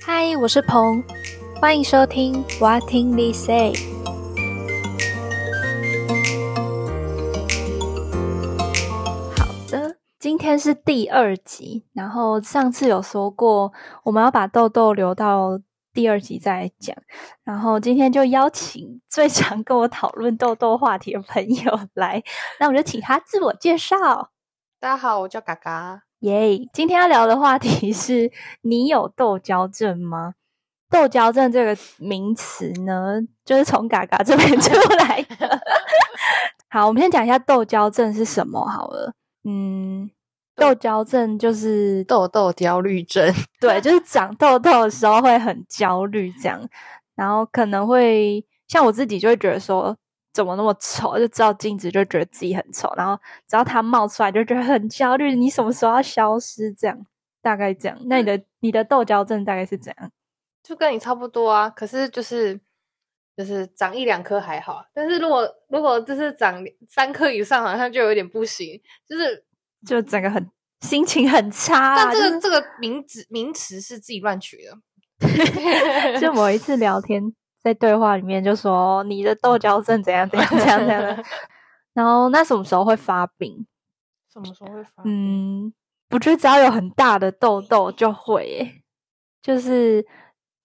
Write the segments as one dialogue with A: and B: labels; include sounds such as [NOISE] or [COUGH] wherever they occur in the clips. A: 嗨，我是鹏，欢迎收听《What t i n They Say》。好的，今天是第二集，然后上次有说过我们要把痘痘留到第二集再讲，然后今天就邀请最常跟我讨论痘痘话题的朋友来，那我就请他自我介绍。
B: 大家好，我叫嘎嘎。
A: 耶今天要聊的话题是：你有豆胶症吗？豆胶症这个名词呢，就是从嘎嘎这边出来的。好，我们先讲一下豆胶症是什么好了。嗯，豆胶症就是
B: 痘痘焦虑症， [LAUGHS]
A: 对，就是长痘痘的时候会很焦虑，这样，然后可能会像我自己就会觉得说，怎么那么丑？就照镜子就觉得自己很丑，然后只要它冒出来就觉得很焦虑，你什么时候要消失？这样大概这样。那你
B: 嗯
A: 的你的痘胶症大概是怎样？
B: 就跟你差不多啊。可是就是就是长一两颗还好，但是如果如果就是长三颗以上，好像就有点不行。就是，
A: 就整个很心情很差、啊。
B: 但这个、
A: 就是
B: 这个名字名词是自己乱取的。
A: [LAUGHS]
B: [LAUGHS]
A: 就某一次聊天在对话里面就说你的豆胶症怎样怎样怎样怎样，然后那什么时候会发病？
B: [LAUGHS] 什么时候会发？
A: 嗯，我觉得只要有很大的痘痘就会耶，就是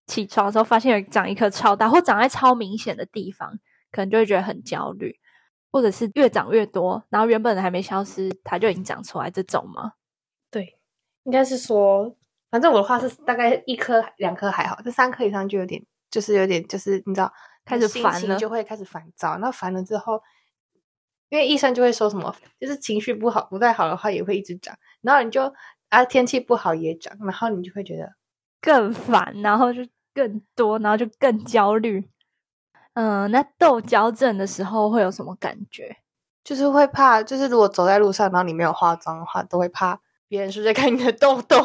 A: 起床的时候发现有长一颗超大，或长在超明显的地方，可能就会觉得很焦虑，或者是越长越多，然后原本的还没消失，它就已经长出来这种吗？
B: 应该是说，反正我的话是大概一颗两颗还好，这三颗以上就有点，就是有点，就是你知道，
A: 开始
B: 心
A: 烦
B: 情
A: 了
B: 就会开始烦躁。那烦了之后，因为医生就会说什么，就是情绪不好不太好的话也会一直长，然后你就啊天气不好也长，然后你就会觉得
A: 更烦，然后就更多，然后就更焦虑。嗯，那痘胶症的时候会有什么感觉？
B: 就是会怕，就是如果走在路上，然后你没有化妆的话，都会怕别人是不是在看你的痘痘。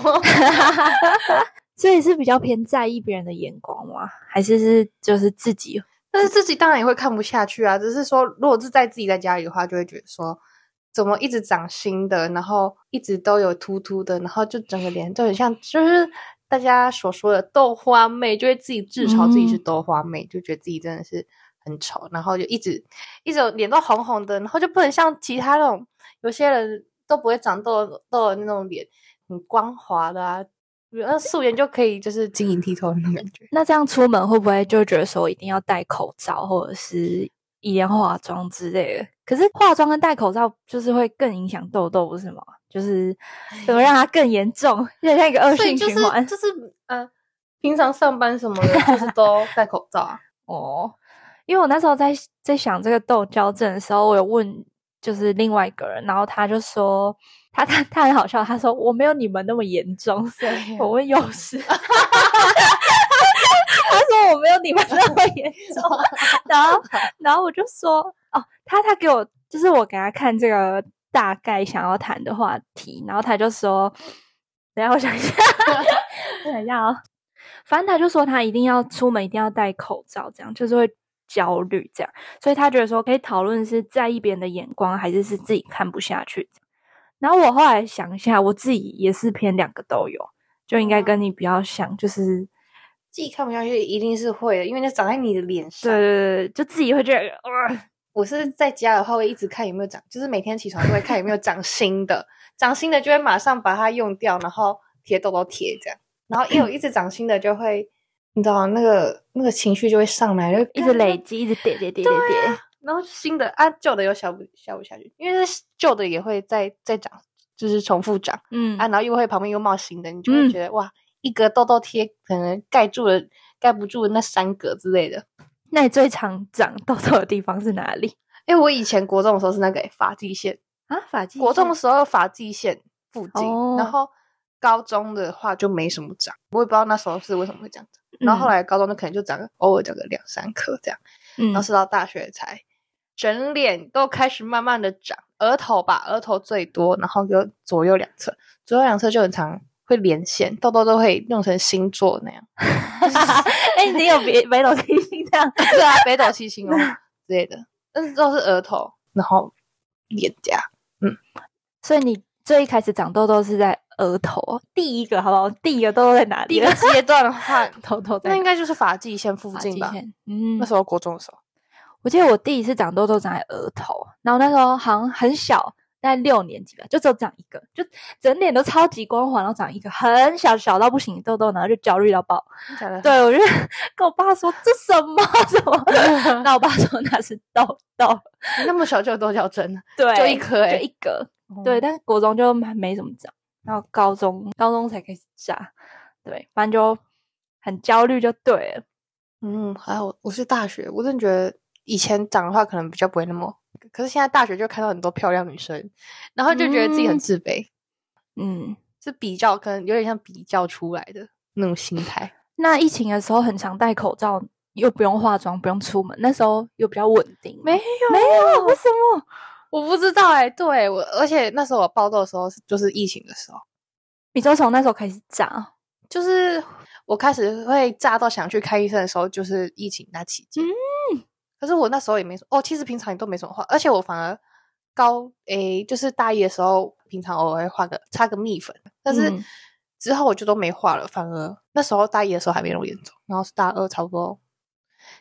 B: [LAUGHS]
A: 所以是比较偏在意别人的眼光吗？还是是就是自己
B: 但是自己当然也会看不下去啊，只是说如果是在自己在家里的话，就会觉得说怎么一直长新的，然后一直都有突突的，然后就整个脸就很像就是大家所说的豆花妹，就会自己自嘲自己是
A: 嗯
B: 豆花妹，就觉得自己真的是很丑，然后就一直一直有脸都红红的，然后就不能像其他那种有些人都不会长痘痘的那种脸，很光滑的啊，那素颜就可以就是晶莹剔透的那种感觉。
A: 那这样出门会不会就觉得说一定要戴口罩，或者是一定要化妆之类的？可是化妆跟戴口罩就是会更影响痘痘，不是吗？就是怎么让它更严重， [LAUGHS] 有点像一个恶
B: 所以
A: 性
B: 就
A: 循
B: 是
A: 环。
B: 就是呃， [LAUGHS] 平常上班什么的，就是都戴口罩啊。
A: 哦，因为我那时候在在想这个豆胶症的时候，我有问就是另外一个人，然后他就说他他他很好笑，他说我没有你们那么严重，
B: 对
A: 我问有是。 [LAUGHS] 他说我没有你们那么严重，然后然后我就说哦，他他给我就是我给他看这个大概想要谈的话题，然后他就说，等一下我想一下，我想一下哦，反正他就说他一定要出门一定要戴口罩，这样就是会焦虑这样，所以他觉得说可以讨论是在意别人的眼光，还是是自己看不下去这样。然后我后来想一下，我自己也是偏两个都有，就应该跟你比较像，就是
B: [LAUGHS] 自己看不下去一定是会的，因为那长在你的脸上。
A: 对对对，就自己会觉得，呃、
B: 我是在家的话会一直看有没有长，就是每天起床都会看有没有长新的，长新的就会马上把它用掉，然后贴痘痘贴这样。然后因为我一直长新的，就会你知道那个那个情绪就会上来，就
A: 一直累积，
B: 积。
A: 一直叠叠叠叠叠。
B: 然后新的啊，旧的又消不消不下去，因为是旧的也会再再长，就是重复长。
A: 嗯
B: 啊，然后又会旁边又冒新的，你就会觉得、哇，一格痘痘贴可能盖住了盖不住那三格之类的。
A: 那你最常长痘痘的地方是哪里
B: 因为我以前国中的时候是那个欸发际线，
A: 啊？发际
B: 国中的
A: 线
B: 时候发际线附近，
A: 哦
B: 然后高中的话就没什么长，我也不知道那时候是为什么会这样长。然后后
A: 嗯
B: 来高中就可能就长个偶尔长个两三颗这样，
A: 嗯
B: 然后是到大学才整脸都开始慢慢的长，额头吧，额头最多，然后就左右两侧，左右两侧就很常会连线，痘痘都会弄成星座那样，
A: [LAUGHS] 哎、你有别北斗七星 [LAUGHS] 这样？
B: [LAUGHS] 对啊，北斗七星哦之类的，但是都是额头，然后脸颊，
A: 所以你最一开始长痘痘是在额头，第一个好不好？第一个都在哪里？
B: 第一个阶段的 [LAUGHS] 话，
A: 头头在
B: 那
A: 哪
B: 应该就是发际线附
A: 发
B: 近
A: 际
B: 吧。
A: 线嗯
B: 那，时候国中的时候，
A: 我记得我第一次长痘痘长在额头，然后那时候好像很小，大概六年级吧，就只有长一个，就整脸都超级光滑，然后长一个很小小到不行的痘痘，然后就焦虑到爆。
B: 假的 [LAUGHS]
A: 对我就 [LAUGHS] 跟我爸说这什么 [LAUGHS] 什
B: [LAUGHS]
A: 么，那我爸说那是痘痘，
B: 你那么小就有多角针了，哦
A: 对，
B: 就一颗
A: 就
B: 哎
A: 一，欸个，对，但是国中就没没怎么长，然
B: 嗯
A: 后高中高中才开始长，对，反正就很焦虑就对了。
B: 嗯，还有我是大学，我真的觉得以前长的话可能比较不会那么，可是现在大学就看到很多漂亮女生，然后就觉得自己很
A: 嗯
B: 自卑，
A: 嗯，
B: 是比较跟有点像比较出来的那种心态。
A: 那疫情的时候很常戴口罩，又不用化妆，不用出门，那时候又比较稳定。
B: 没
A: 有，没有，为什么？
B: 我不知道哎、对我，而且那时候我报道的时候是就是疫情的时候，
A: 你就从那时候开始啊长，
B: 就是我开始会炸到想去看医生的时候，就是疫情那期间。
A: 嗯
B: 可是我那时候也没什么哦，其实平常也都没什么画，而且我反而高诶，就是大一的时候，平常偶尔会画个擦个蜜粉，但是
A: 嗯
B: 之后我就都没画了，反而那时候大一的时候还没那么严重，然后是大二差不多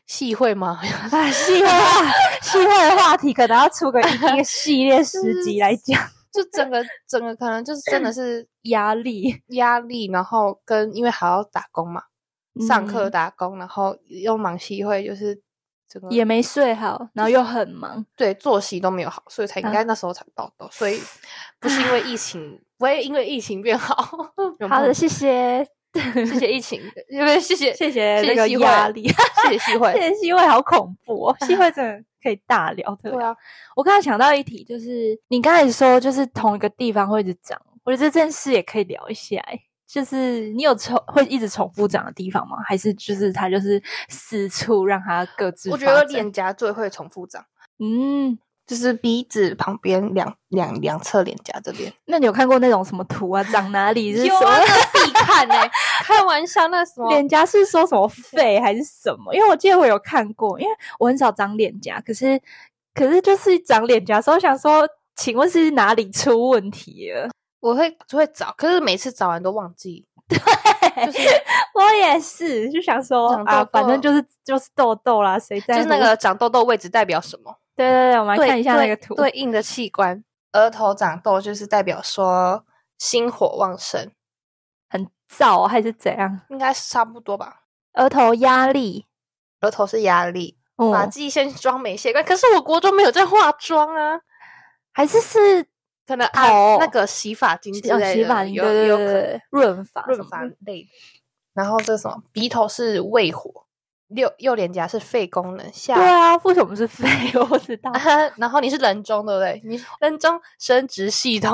B: 系会吗？
A: 啊，系列 [LAUGHS] 化系列的话题可能要出个一个系
B: [LAUGHS]
A: 列十集来讲
B: [LAUGHS] 就整个整个可能就是真的是
A: 压力。
B: 压力，然后跟因为还要打工嘛， [LAUGHS] 上课
A: 嗯
B: 打工，然后又忙系会，就是整个
A: 也没睡好，然后又很忙，
B: 对作息都没有好，所以才应该那时候才报道，所以不是因为疫情，不会因为疫情变 [LAUGHS] 好。
A: 好的，谢谢，
B: [LAUGHS] 谢谢疫情，因为谢谢
A: 谢谢
B: 谢
A: 那个
B: 西惠
A: 压力，
B: 谢谢西
A: 谢
B: 会。
A: 谢西会好恐怖哦，西会真
B: [LAUGHS]
A: 的可以大聊特
B: 对
A: 聊。
B: 啊，
A: 我刚才想到一题，就是你刚才说就是同一个地方会一直长，我觉得这件事也可以聊一下欸、就是你有重会一直重复长的地方吗？还是就是它就是四处让它各自？
B: 我觉得，脸颊最会重复长，
A: 嗯，
B: 就是鼻子旁边两两两侧脸颊这边。
A: 那你有看过那种什么图啊？长哪
B: [LAUGHS]
A: 里是什
B: 有啊，
A: 么？
B: 那必看欸呢、开玩笑，那什么
A: 脸颊是说什么肺还是什么？因为我记得我有看过，因为我很少长脸颊，可是可是就是长脸颊的时候想说，请问是哪里出问题了？ [LAUGHS]
B: 我会就会找，可是每次找完都忘记， [LAUGHS] 就是
A: 我也是，就想说
B: 长
A: 啊，
B: 痘
A: 反正
B: 痘
A: 就是就是痘痘啦，谁在
B: 就是那
A: 乎
B: 个长痘痘位置代表什么？
A: 对对对，我们来
B: 对
A: 看一下那个图。
B: 对，对应的器官，额头长痘就是代表说心火旺盛，
A: 很燥还是怎样？
B: 应该是差不多吧。
A: 额头压力，
B: 额头是压力，
A: 哦、
B: 发际线妆眉卸冠，可是我国中没有在化妆啊，
A: 还是是
B: 可能啊、
A: 哦
B: 那个洗发精之
A: 要
B: 类的，
A: 洗发精，
B: 有
A: 对对
B: 有
A: 对
B: 可能
A: 对，润发什
B: 润
A: 么
B: 发
A: 的
B: 类的。然后这是什么鼻头是胃火，右右脸颊是肺功能，下
A: 对啊，为什么是肺？ [LAUGHS] 我不知道。
B: [LAUGHS] 然后你是人中对不对？ [LAUGHS] 你人中生殖系统，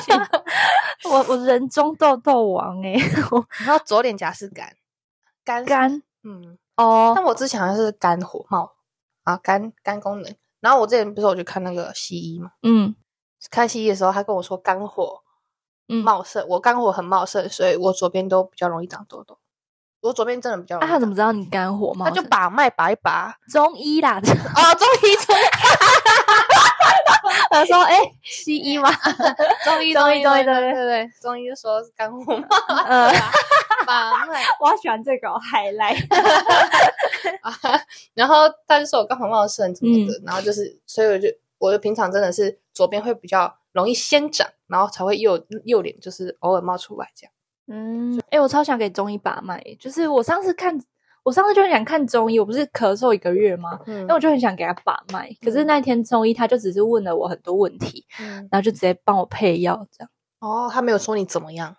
A: [LAUGHS] 我我人中痘痘王 [LAUGHS] 哎、
B: [LAUGHS] 然后左脸颊是肝，肝是
A: 肝
B: 嗯，
A: [LAUGHS] 哦
B: 但，我之前好像是肝火冒啊，肝肝功能。然后我之前不是我去看那个西医嘛，
A: 嗯
B: 看西医的时候他跟我说肝火
A: 嗯，
B: 茂盛，我肝火很茂盛，所以我左边都比较容易长痘痘，我左边真的比较容
A: 那、
B: 易
A: 他
B: 长。
A: 怎么知道你肝火吗？
B: 他就把脉把一把，
A: 中医啦，[LAUGHS]
B: [LAUGHS] 哦，中医中医
A: 他说哎、西医吗？
B: [LAUGHS] 中医
A: 中医中医
B: 对
A: 中
B: 对
A: 医
B: 对，中医就说是肝
A: [LAUGHS]
B: 火嘛， [LAUGHS] 啊
A: 呃，
B: 把脉
A: 我好喜欢这个哦海来， [LAUGHS]
B: 啊，然后他就说我刚好茂盛怎么的，
A: 嗯
B: 然后就是，所以我就我就平常真的是左边会比较容易先长，然后才会右右脸就是偶尔冒出来这样。
A: 嗯，哎、我超想给中医把脉，欸就是我上次看，我上次就很想看中医，我不是咳嗽一个月吗？
B: 嗯
A: 那我就很想给他把脉，可是
B: 嗯
A: 那天中医他就只是问了我很多问题，然后就直接帮我配药这样。
B: 哦，他没有说你怎么样，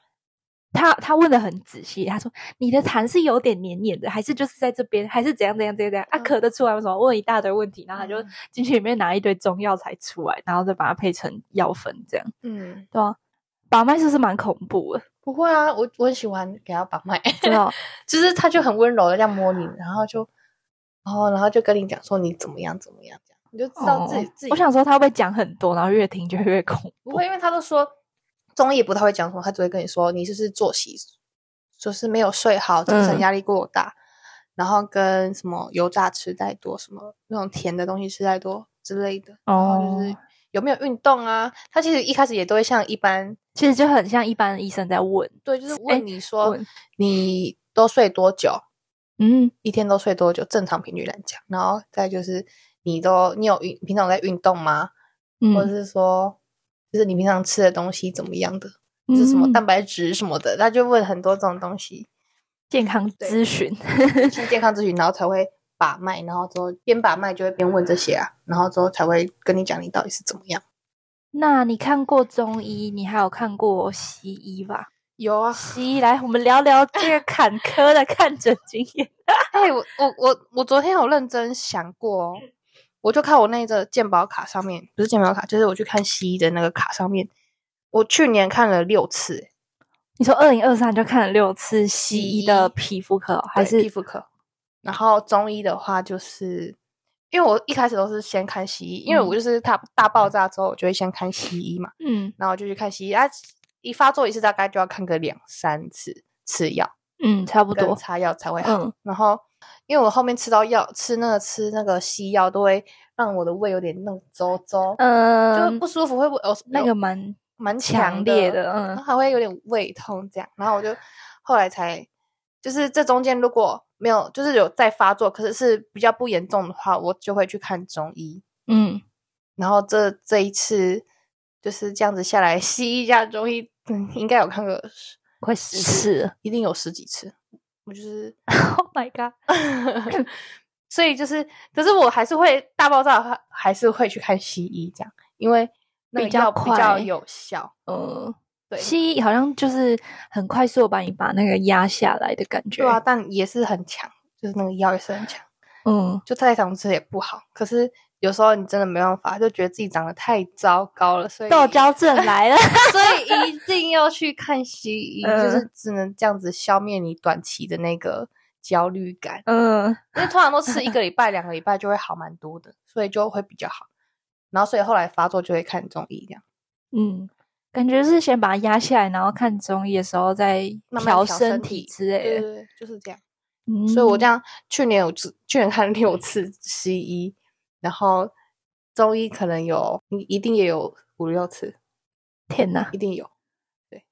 A: 他他问的很仔细，他说你的痰是有点黏黏的，还是就是在这边，还是怎样怎样怎样怎样啊？
B: 嗯
A: 咳得出来吗？什么问一大堆问题，然后他就
B: 嗯
A: 进去里面拿一堆中药材出来，然后再把它配成药粉这样，
B: 嗯，
A: 对啊，把脉是不是蛮恐怖的？
B: 不会啊，我我很喜欢给他把脉， [LAUGHS]
A: 真的哦，
B: 就是他就很温柔的这样摸你，然后就，哦，然后就跟你讲说你怎么样怎么样这样，你就知道自己、
A: 哦
B: 自己。
A: 我想说他会不会讲很多，然后越听就越恐
B: 不
A: 怖
B: 会，因为他都说中医也不太会讲什么，他只会跟你说你是不是作息就是没有睡好，精神
A: 嗯
B: 压力过大，然后跟什么油炸吃太多，什么那种甜的东西吃太多之类的，然后就是
A: 哦
B: 有没有运动啊？他其实一开始也都会像一般，
A: 其实就很像一般的医生在问，
B: 对，就是
A: 哎
B: 问你说、
A: 问
B: 你都睡多久，
A: 嗯，
B: 一天都睡多久，正常平均来讲，然后再就是你都你有运平常有在运动吗？或者
A: 嗯，
B: 是说，就是你平常吃的东西怎么样的，就是什么
A: 嗯
B: 蛋白质什么的，他就问很多这种东 [LAUGHS] 西，
A: 健康
B: 对
A: 咨询， [LAUGHS]
B: 先健康咨询，然后才会把脉，然后之后边把脉就会边问这些啊，然后之后才会跟你讲你到底是怎么样。
A: 那你看过中医，你还有看过西医吧？
B: 有啊，
A: 西医，来我们聊聊这个坎坷的看诊经验。
B: 哎、我我我我昨天有认真想过、哦，我就看我那个健保卡上面，不是健保卡，就是我去看西医的那个卡上面，我去年看了六次欸，
A: [LAUGHS] 你说二零二三就看了六次西
B: 西
A: 医的
B: 医
A: 皮肤科哦，还
B: 对
A: 是
B: 皮肤科。然后中医的话，就是因为我一开始都是先看西医，因为我就是大大爆炸之后，我就会先看西医嘛，
A: 嗯
B: 然后我就去看西医啊，一发作一次大概就要看个两三次，吃药
A: 嗯，差不
B: 跟
A: 多，
B: 擦药才会好。
A: 嗯
B: 然后因为我后面吃到药，吃那个吃那个西药，都会让我的胃有点那种糟糟，
A: 嗯，
B: 就是不舒服，会不有
A: 那
B: 有
A: 个蛮
B: 蛮
A: 强烈
B: 的，
A: 的嗯
B: 然后还会有点胃痛这样。然后我就后来才，就是这中间如果没有，就是有再发作，可是是比较不严重的话，我就会去看中医。
A: 嗯，
B: 然后这这一次就是这样子下来， [LAUGHS] 西医加中医，嗯，应该有看个十，
A: 快十次了
B: 一定有十几次。我就是，
A: [LAUGHS]
B: [LAUGHS]
A: ，Oh my god！
B: 所以就是，可是我还是会大爆炸的话，还是会去看西医这样，因为那个
A: 比较
B: 药比较
A: 快
B: 有效。
A: 嗯，
B: 对，
A: 西医好像就是很快速地把你把那个压下来的感觉，
B: 对啊，但也是很强，就是那个药也是很强。
A: 嗯，
B: 就太常吃也不好，可是有时候你真的没办法，就觉得自己长得太糟糕了，所以
A: 豆胶症来 [LAUGHS] 了，
B: 所以一定要去看西医，
A: 嗯
B: 就是只能这样子消灭你短期的那个焦虑感。
A: 嗯
B: 因为通常都吃一个礼拜、两个礼拜就会好蛮多的，所以就会比较好。然后所以后来发作就会看中医，这样
A: 嗯，感觉是先把它压下来，然后看中医的时候再
B: 慢慢
A: 调
B: 调
A: 身
B: 身
A: 体
B: 体
A: 之类
B: 对
A: 的，
B: 对对，就是这样。
A: 嗯，
B: 所以我这样去年我只去年看六次西医，然后中医可能有，一定也有五六次，
A: 天哪
B: 一，定有。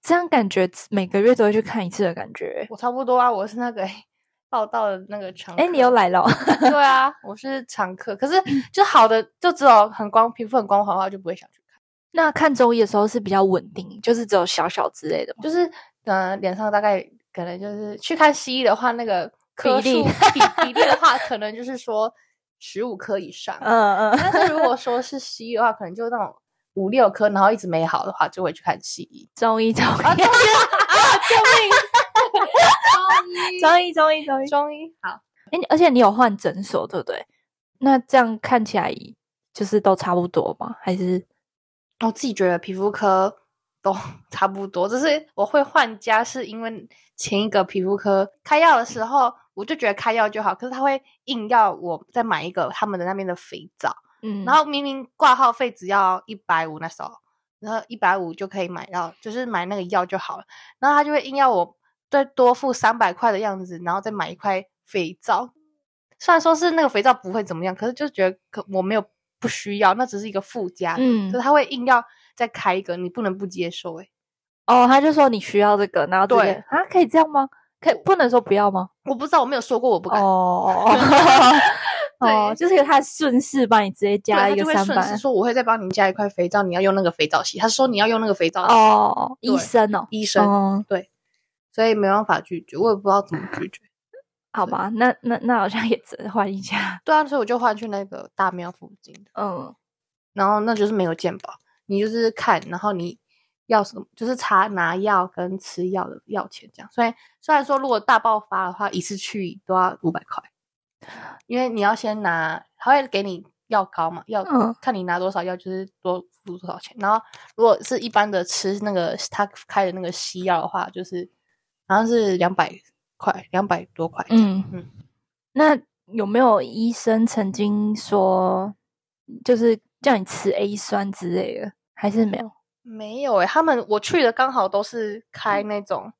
A: 这样感觉每个月都会去看一次的感觉。
B: 我差不多啊，我是那个、欸、报道的那个常。
A: 哎、你又？来了哦、 [LAUGHS]
B: 对啊，我是常客。可是就好的，就只有很光皮肤很光滑的话，就不会想去看。
A: 那看中医的时候是比较稳定，就是只有小小之类的吗。
B: 就是呃，脸上大概可能就是去看西医的话，那个颗
A: 比例
B: 数比比例的话，可能就是说十五颗以上。
A: 嗯嗯， [LAUGHS]
B: 但是如果说是西医的话，可能就那种五六颗，然后一直没好的话，就会去看西医。
A: 中医中
B: 啊，中医啊，救
A: 医
B: 命！
A: 中医中医中医，
B: 中医好。
A: 哎、你而且你有换诊所对不对？那这样看起来就是都差不多吗？还是
B: 我哦自己觉得皮肤科都差不多，只是我会换家，是因为前一个皮肤科开药的时候，我就觉得开药就好，可是他会硬要我再买一个他们的那边的肥皂，
A: 嗯
B: 然后明明挂号费只要一百五那时候，然后一百五就可以买到，就是买那个药就好了，然后他就会硬要我再多付三百块的样子，然后再买一块肥皂。虽然说是那个肥皂不会怎么样，可是就觉得可我没有不需要，那只是一个附加的
A: 嗯
B: 可是他会硬要再开一个，你不能不接受哎、
A: 哦，他就说你需要这个，然后直接
B: 对
A: 啊，可以这样吗？可以不能说不要吗？
B: 我不知道，我没有说过，我不
A: 哦
B: 敢。
A: 哦哦哦，
B: [LAUGHS]
A: 就
B: 对
A: 是他顺势帮你直接
B: 对
A: 加一
B: 他
A: 个
B: 就会
A: 三
B: 顺势
A: 班
B: 说我会再帮你加一块肥皂，你要用那个肥皂洗。他说你要用那个肥皂洗，
A: 哦，医
B: 对
A: 生哦，
B: 医生，
A: 哦，
B: 所以没办法拒绝，我也不知道怎么拒绝。
A: 哦好吧，那那那好像也只能换一家，
B: 对啊，所以我就换去那个大庙附近的，
A: 嗯
B: 然后那就是没有健保，你就是看，然后你要什么就是查拿药跟吃药的药钱这样。所以虽然说如果大爆发的话，一次去都要五百块，因为你要先拿，他会给你药膏嘛，药、
A: 嗯
B: 看你拿多少药就是多付多少钱。然后如果是一般的吃那个他开的那个西药的话，就是好像是两百块，两百多块这样。
A: 嗯 [LAUGHS] 嗯。那有没有医生曾经说，就是叫你吃 A 酸之类的，还是没有？
B: 没有欸诶、他们我去的刚好都是开那种，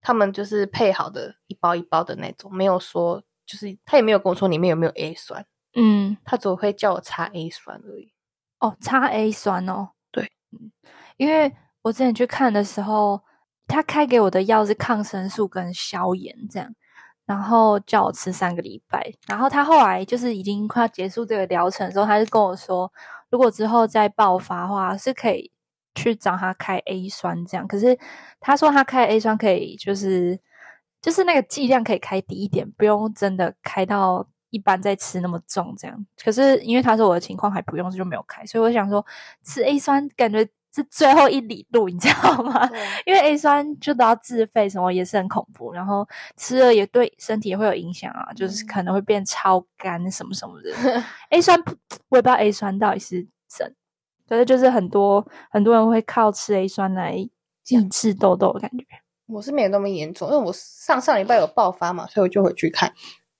B: 他们就是配好的一包一包的那种，没有说就是他也没有跟我说里面有没有 A 酸，
A: 嗯，
B: 他只会叫我擦 A 酸而已。
A: 哦，叉 A 酸哦，
B: 对
A: 嗯，因为我之前去看的时候，他开给我的药是抗生素跟消炎这样，然后叫我吃三个礼拜，然后他后来就是已经快要结束这个疗程的时候，他就跟我说，如果之后再爆发的话，是可以去找他开 A 酸这样，可是他说他开 A 酸可以就是就是那个剂量可以开低一点，不用真的开到一般再吃那么重这样。可是因为他说我的情况还不用，所以就没有开。所以我想说，吃 A 酸感觉是最后一里路，你知道吗？
B: 对啊
A: 因为 A 酸就都要自费，什么也是很恐怖，然后吃了也对身体会有影响啊，就是
B: 嗯
A: 可能会变超干什么什么的。A 酸不，我也不知道 A 酸到底是怎，可是就是很多很多人会靠吃 A 酸来抑制痘痘的感觉。
B: 我是没有那么严重，因为我上上礼拜有爆发嘛，所以我就回去看，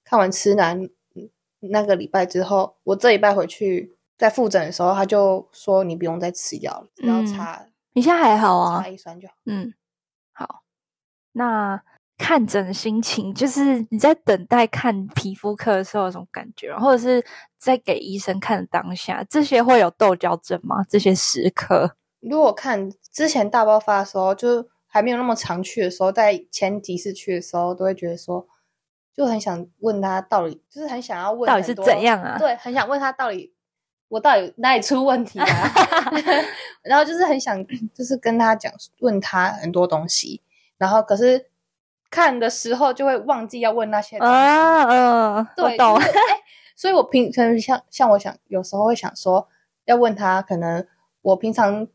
B: 看完痴男嗯那个礼拜之后，我这礼拜回去在复诊的时候，他就说你不用再吃药了，只要
A: 嗯
B: 擦
A: 你现在还好啊
B: 擦？一酸就好。
A: 嗯，好。那看诊的心情，就是你在等待看皮肤科的时候有什么感觉，或者是在给医生看的当下，这些会有豆角症吗？这些时刻？
B: 如果看之前大爆发的时候，就是还没有那么常去的时候，在前几次去的时候，都会觉得说，就很想问他到底，就是很想要问
A: 到底
B: 很
A: 是
B: 多
A: 怎样啊
B: 对，很想问他到底我到底哪里出
A: [LAUGHS]
B: 问题啊？ [LAUGHS] 然后就是很想就是跟他讲，问他很多东西，然后可是看的时候就会忘记要问那些东西。
A: 啊，嗯，我
B: 对，
A: 懂
B: 就。是哎所以我平常像像我想有时候会想说，要问他可能我平常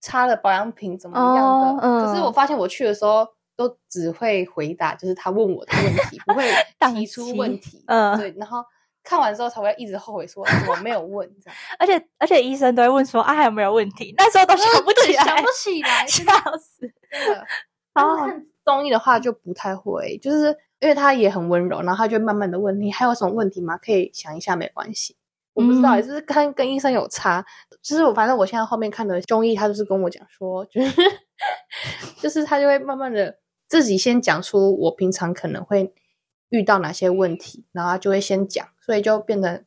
B: 擦的保养品怎么样的，
A: 哦嗯
B: 可是我发现我去的时候都只会回答就是他问我的问题，不会
A: [LAUGHS] 宕
B: 提出
A: 机
B: 问题，
A: 嗯
B: 对，然后。看完之后才会一直后悔说我没有问，这样
A: 而且而且医生都会问说啊还有没有问题，那时候都哦想不起
B: 嗯对
A: 来，
B: 想不起来，真的
A: 笑死。
B: 真的。但是
A: 哦，
B: 看综艺的话就不太会，就是因为他也很温柔，然后他就会慢慢的问你还有什么问题吗？可以想一下，没关系。我不知道，
A: 嗯
B: 就是看跟医生有差，就是我反正我现在后面看的中医，他就是跟我讲说，就是 [LAUGHS] 就是他就会慢慢的自己先讲出我平常可能会遇到哪些问题，然后他就会先讲，所以就变得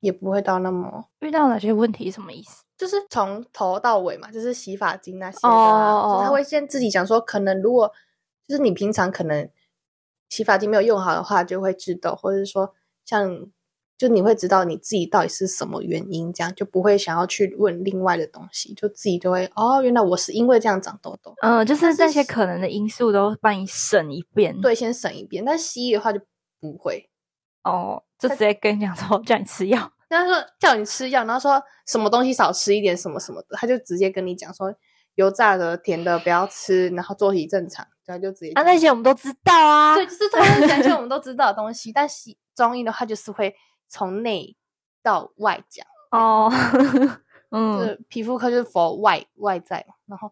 B: 也不会到那么
A: 遇到哪些问题什么意思？
B: 就是从头到尾嘛，就是洗发精那些的、
A: 哦哦
B: 啊，
A: 哦
B: 就是他会先自己讲说，可能如果就是你平常可能洗发精没有用好的话，就会致痘，或者是说像就你会知道你自己到底是什么原因，这样就不会想要去问另外的东西，就自己就会哦，原来我是因为这样长痘痘，
A: 嗯，就是
B: 是
A: 那些可能的因素都帮你审一遍。
B: 对，先省一遍。但西医的话就不会，
A: 哦，就直接跟你讲说叫你吃药。
B: 他说叫你吃药，然后说什么东西少吃一点，什么什么的，他就直接跟你讲说油炸的、甜的不要吃，然后作息正常，然后就直接
A: 啊，
B: 讲、
A: 那些我们都知道啊。
B: 对，就是他会讲一些我们都知道的东西，但西中医的话就是会从内到外讲，
A: 哦，
B: 就
A: 嗯，
B: 是皮肤科就是 for 外外在嘛，然后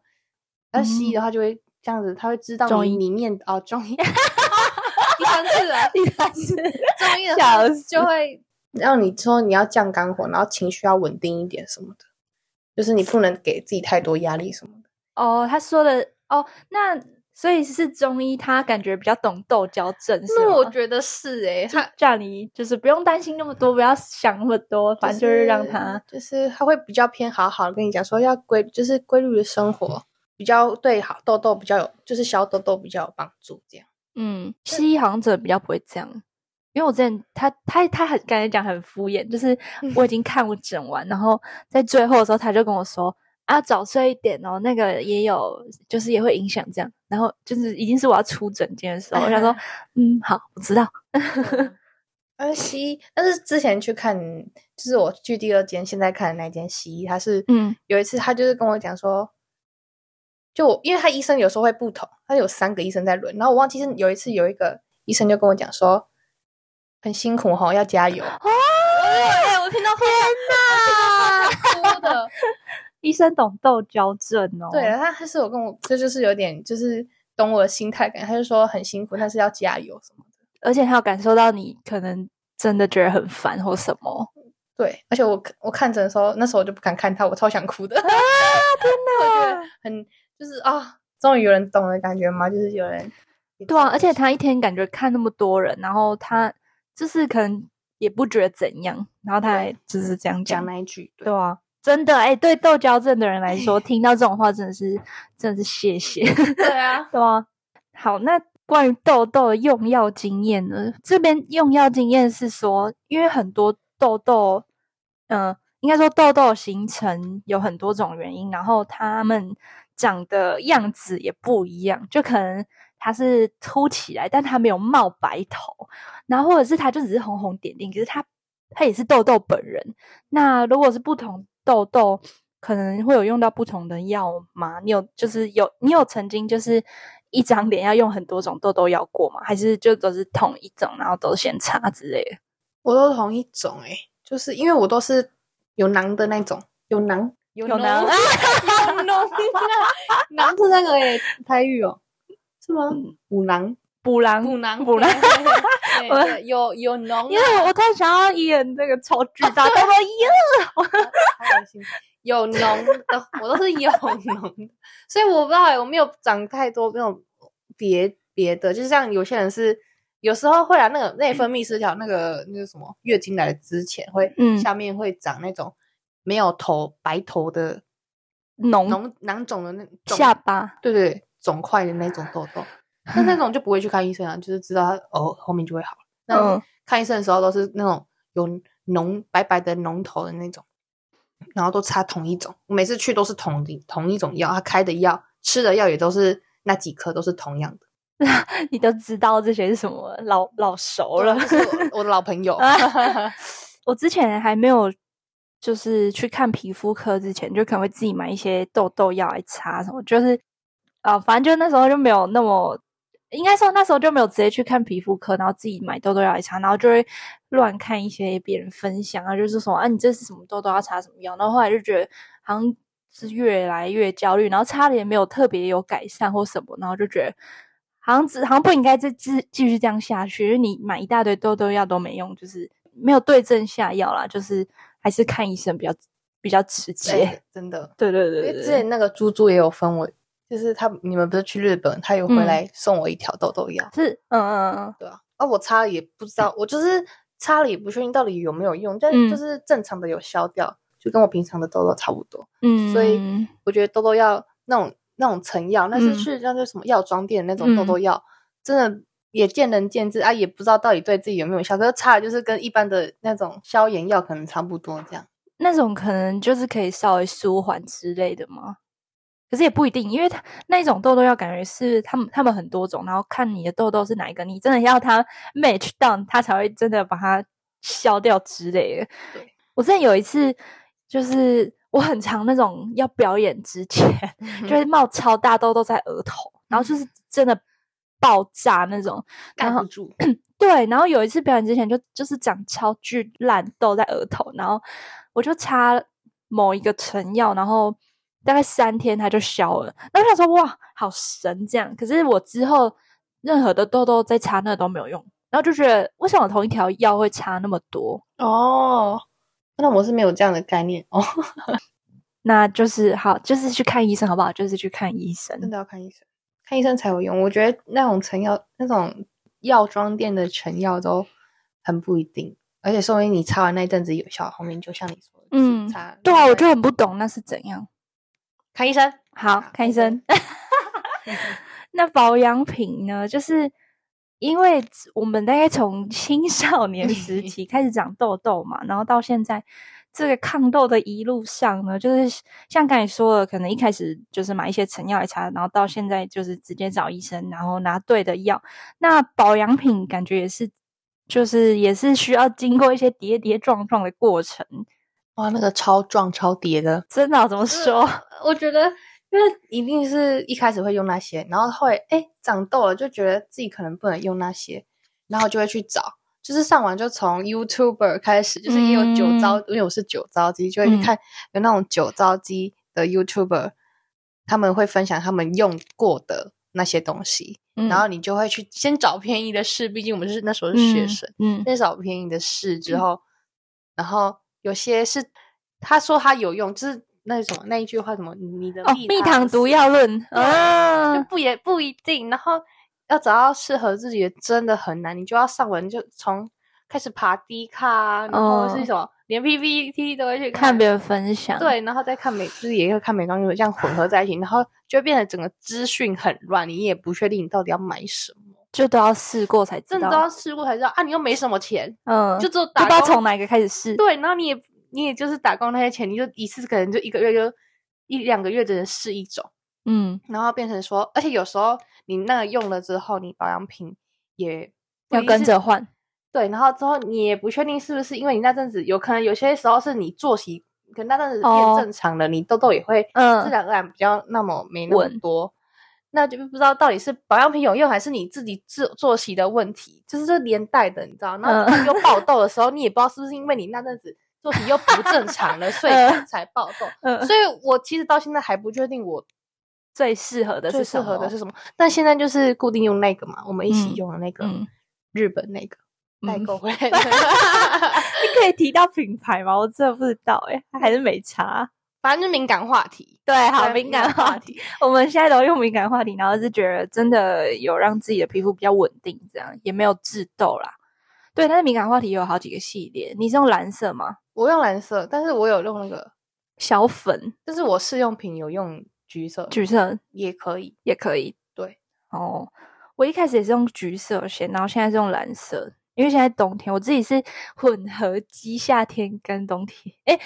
B: 但西医的话就会这样子，他会知
A: 嗯
B: 道
A: 中
B: 你
A: 医
B: 里面哦中医 [LAUGHS] 第三次了，
A: 第三次
B: [LAUGHS] 中医的
A: 笑
B: 话
A: 死
B: 就会让你说你要降肝火，然后情绪要稳定一点什么的，就是你不能给自己太多压力什么的。
A: 哦，他说的哦，那所以是中医，他感觉比较懂豆角症，是吗？
B: 觉得是诶、
A: 就叫你就是不用担心那么多，不要想那么多，反正就是让他，
B: 就是他会比较偏好好地跟你讲说要规，就是规律的生活比较对好痘痘比较有，就是消痘痘比较有帮助这样。
A: 嗯，西医好像真的比较不会这样，因为我之前他他他很刚才讲很敷衍，就是我已经看我整完，然后在最后的时候他就跟我说。啊，早睡一点哦，那个也有，就是也会影响这样。然后就是已经是我要出诊间的时候，我想说，嗯，好，我知道。
B: 嗯 [LAUGHS] 而西医，呃但是之前去看，就是我去第二间，现在看的那间西医，他是，
A: 嗯，
B: 有一次他就是跟我讲说，就我因为他医生有时候会不同，他有三个医生在轮，然后我忘记是有一次有一个医生就跟我讲说，很辛苦哈、要加油。
A: 哎， [LAUGHS] 我听到天哪！
B: 哭的，
A: 医生懂豆角症哦。
B: [LAUGHS] 对，然后他还是有跟我，这就是有点就是懂我的心态感，他就说很辛苦，但是要加油什么的。
A: 而且他有感受到你可能真的觉得很烦或什么。
B: 对，而且我我看诊的时候，那时候我就不敢看他，我超想哭的。 [LAUGHS] 我觉得很就是啊、终于有人懂的感觉嘛，就是有人
A: 对啊，而且他一天感觉看那么多人，然后他就是可能也不觉得怎样，然后他还就是这样讲。
B: 讲那一句，对
A: 对啊，真的，哎、对豆胶症的人来 [LAUGHS] 说，听到这种话真的是，真的是谢谢，
B: 对啊，
A: 对吗？好，那关于痘痘的用药经验呢？这边用药经验是说，因为很多痘痘，嗯、应该说痘痘形成有很多种原因，然后它们长的样子也不一样，就可能它是凸起来，但它没有冒白头，然后或者是它就只是红红点点，可是它它也是痘痘本人。那如果是不同痘痘，可能会有用到不同的药吗？你有就是有你有曾经就是一张脸要用很多种痘痘药过吗？还是就都是同一种，然后都先擦之类的？
B: [LAUGHS] 我都同一种哎、就是因为我都是有囊的那种，有囊有
A: 有囊
B: 有
A: [LAUGHS]
B: 囊，囊是那个哎、台语哦，是吗？五囊
A: 补囊
B: 五囊
A: 嗯补囊，
B: [LAUGHS] 对对
A: 我
B: 对有有囊啊
A: 因为我我太想要演这个超巨 [LAUGHS] 大痘痘药，
B: 好恶心有脓的，我都是有脓，所以我不知道欸，我没有长太多那种别别的，就像有些人是有时候会啊，那个内分泌失调，那个那个什么月经来的之前会，
A: 嗯
B: 下面会长那种没有头白头的
A: 脓
B: 脓囊肿的那种
A: 下巴。
B: 对对肿块的那种痘痘，那那种就不会去看医生啊，就是知道它哦后面就会好了。那
A: 嗯
B: 看医生的时候都是那种有脓白白的脓头的那种，然后都擦同一种，我每次去都是同一同一种药，他开的药吃的药也都是那几颗都是同样的，
A: [LAUGHS] 你都知道这些是什么，老老熟了。
B: 就是我我的老朋友，
A: 啊 [LAUGHS] 我之前还没有就是去看皮肤科之前，就可能会自己买一些痘痘药来擦什么，就是啊、呃反正就那时候就没有那么。应该说那时候就没有直接去看皮肤科，然后自己买痘痘药来擦，然后就会乱看一些别人分享啊，就是什么啊，你这是什么痘痘要擦什么药，然后后来就觉得好像是越来越焦虑，然后擦的也没有特别有改善或什么，然后就觉得好像只好像不应该再继继续这样下去，因为你买一大堆痘痘药都没用，就是没有对症下药啦，就是还是看医生比较比较直接。
B: 对真的，
A: 对对
B: 因
A: 对
B: 为之
A: 对
B: 前
A: 对，
B: 那个猪猪也有分我，就是他你们不是去日本，他有回
A: 嗯
B: 来送我一条痘痘药。
A: 是嗯嗯嗯，
B: 对啊，啊，我擦了也不知道，我就是擦了也不确定到底有没有用，但
A: 嗯
B: 就是正常的有消掉，就跟我平常的痘痘差不多。
A: 嗯，
B: 所以我觉得痘痘药那种那种成药，那
A: 嗯
B: 是去那个什么药妆店的那种痘痘药，真的也见仁见智啊，也不知道到底对自己有没有效。可是擦了就是跟一般的那种消炎药可能差不多
A: [LAUGHS]
B: 这样。
A: 那种可能就是可以稍微舒缓之类的吗？可是也不一定，因为它那种痘痘药感觉是他们他们很多种，然后看你的痘痘是哪一个，你真的要它 [LAUGHS] match 到，它才会真的把它消掉之类的
B: 对。
A: 我之前有一次，就是我很常那种要表演之前， [LAUGHS] 就
B: 嗯
A: 会冒超大痘痘在额头，然后就是真的爆炸那种，
B: 盖
A: 然后
B: 不
A: [COUGHS]
B: 住，
A: 对，然后有一次表演之前就就是长超巨烂痘在额头，然后我就擦某一个成药，然后大概三天它就消了。然后我想说哇，好神这样。可是我之后任何的痘痘再擦那都没有用，然后就觉得为什么同一条药会差那么多？
B: 哦。那我是没有这样的概念哦， [LAUGHS]
A: 那就是好，就是去看医生好不好？就是去看医生。
B: 真的要看医生，看医生才有用。我觉得那种成药、那种药妆店的成药都很不一定，而且说明你擦完那一阵子有效，后面就像你说的，
A: 嗯
B: 是擦
A: 对啊，我就
B: 那个
A: 很不懂那是怎样。
B: 看医生。
A: 好，
B: 好
A: 看医
B: 医生
A: 生。 [LAUGHS]
B: [LAUGHS]
A: 那保养品呢？就是因为我们大概从青少年时
B: [LAUGHS]
A: 期开始长痘痘嘛，然后到现在这个抗痘的一路上呢，就是像刚才说的，可能一开始就是买一些成药来擦，然后到现在就是直接找医生，然后拿对的药。那保养品感觉也是，就是也是需要经过一些跌跌撞撞的过程。
B: 哇，那个超壮超叠的，
A: 真的、啊怎么
B: 啊
A: 说？ [LAUGHS]
B: 我觉得，因为一定是一开始会用那些，然后会哎长痘了，就觉得自己可能不能用那些，然后就会去找，就是上网就从 YouTuber 开始，就是也有酒糟，因为我是酒糟肌，就会去看有那种酒糟肌的 YouTuber，他们会分享他们用过的那些东西，
A: 嗯
B: 然后你就会去先找便宜的试，毕竟我们是那时候是学生，，
A: 嗯
B: 那找便宜的试之后，然后有些是他说他有用，就是那什么那一句话什么你的
A: 嗯哦，蜜糖毒药论啊，
B: 就不也不一定，然后要找到适合自己的真的很难，你就要上文就从开始爬低卡、啊，然后
A: 哦
B: 是什么、连 PPT 都会去
A: 看别人分享，，
B: 对，然后再看美，就是也会看美妆新闻，这样混合在一起，然后就会变得整个资讯很乱，你也不确定你到底要买什么，
A: 就都要试过才知
B: 真的
A: 道
B: 都。要试过才知道啊！你又没什么钱，
A: 嗯，
B: 就
A: 就
B: 只有
A: 不
B: 打
A: 知道
B: 工
A: 从哪个开始试。
B: 对，然后你也你也就是打工那些钱，你就一次可能就一个月就一两个月只能试一种，
A: 嗯，
B: 然后变成说，而且有时候你那个用了之后，你保养品也不一
A: 要
B: 定
A: 跟
B: 是
A: 着换。
B: 对，然后之后你也不确定是不是因为你那阵子有可能有些时候是你作息可能那阵子变
A: 哦
B: 正常了，你痘痘也会自
A: 嗯，
B: 然而然比较那么没那么
A: 稳
B: 多。那就不知道到底是保养品有用，还是你自己自作息的问题，就是这连带的，你知道？然后
A: 嗯
B: 又爆痘的时候，你也不知道是不是因为你那阵子作息又不正
A: [LAUGHS]
B: 常了，所以
A: 嗯
B: 才爆痘。
A: 嗯，
B: 所以我其实到现在还不确定我
A: 最适合的
B: 最
A: 是
B: 适
A: 什
B: 合的
A: 么
B: 是什么。但现在就是固定用那个嘛，我们一起
A: 嗯
B: 用的那个
A: 嗯
B: 日本那个代
A: 嗯
B: 购回来的。
A: 你 [LAUGHS] 可以提到品牌吗？我真的不知道哎、还是没查。
B: 反正就敏感话题，
A: 对，好
B: 对
A: 敏感话题。。我们现在都用敏感话题，然后是觉得真的有让自己的皮肤比较稳定，这样也没有致痘啦。对，但是敏感话题有好几个系列，你是用蓝色吗？
B: 我用蓝色，但是我有用那个，
A: 小粉、
B: 但是我试用品有用橘色，
A: 橘色
B: 也可以。
A: 也可以。
B: 对，
A: 哦，我一开始也是用橘色先，然后现在是用蓝色，因为现在冬天，我自己是混合肌，夏天跟冬天，诶，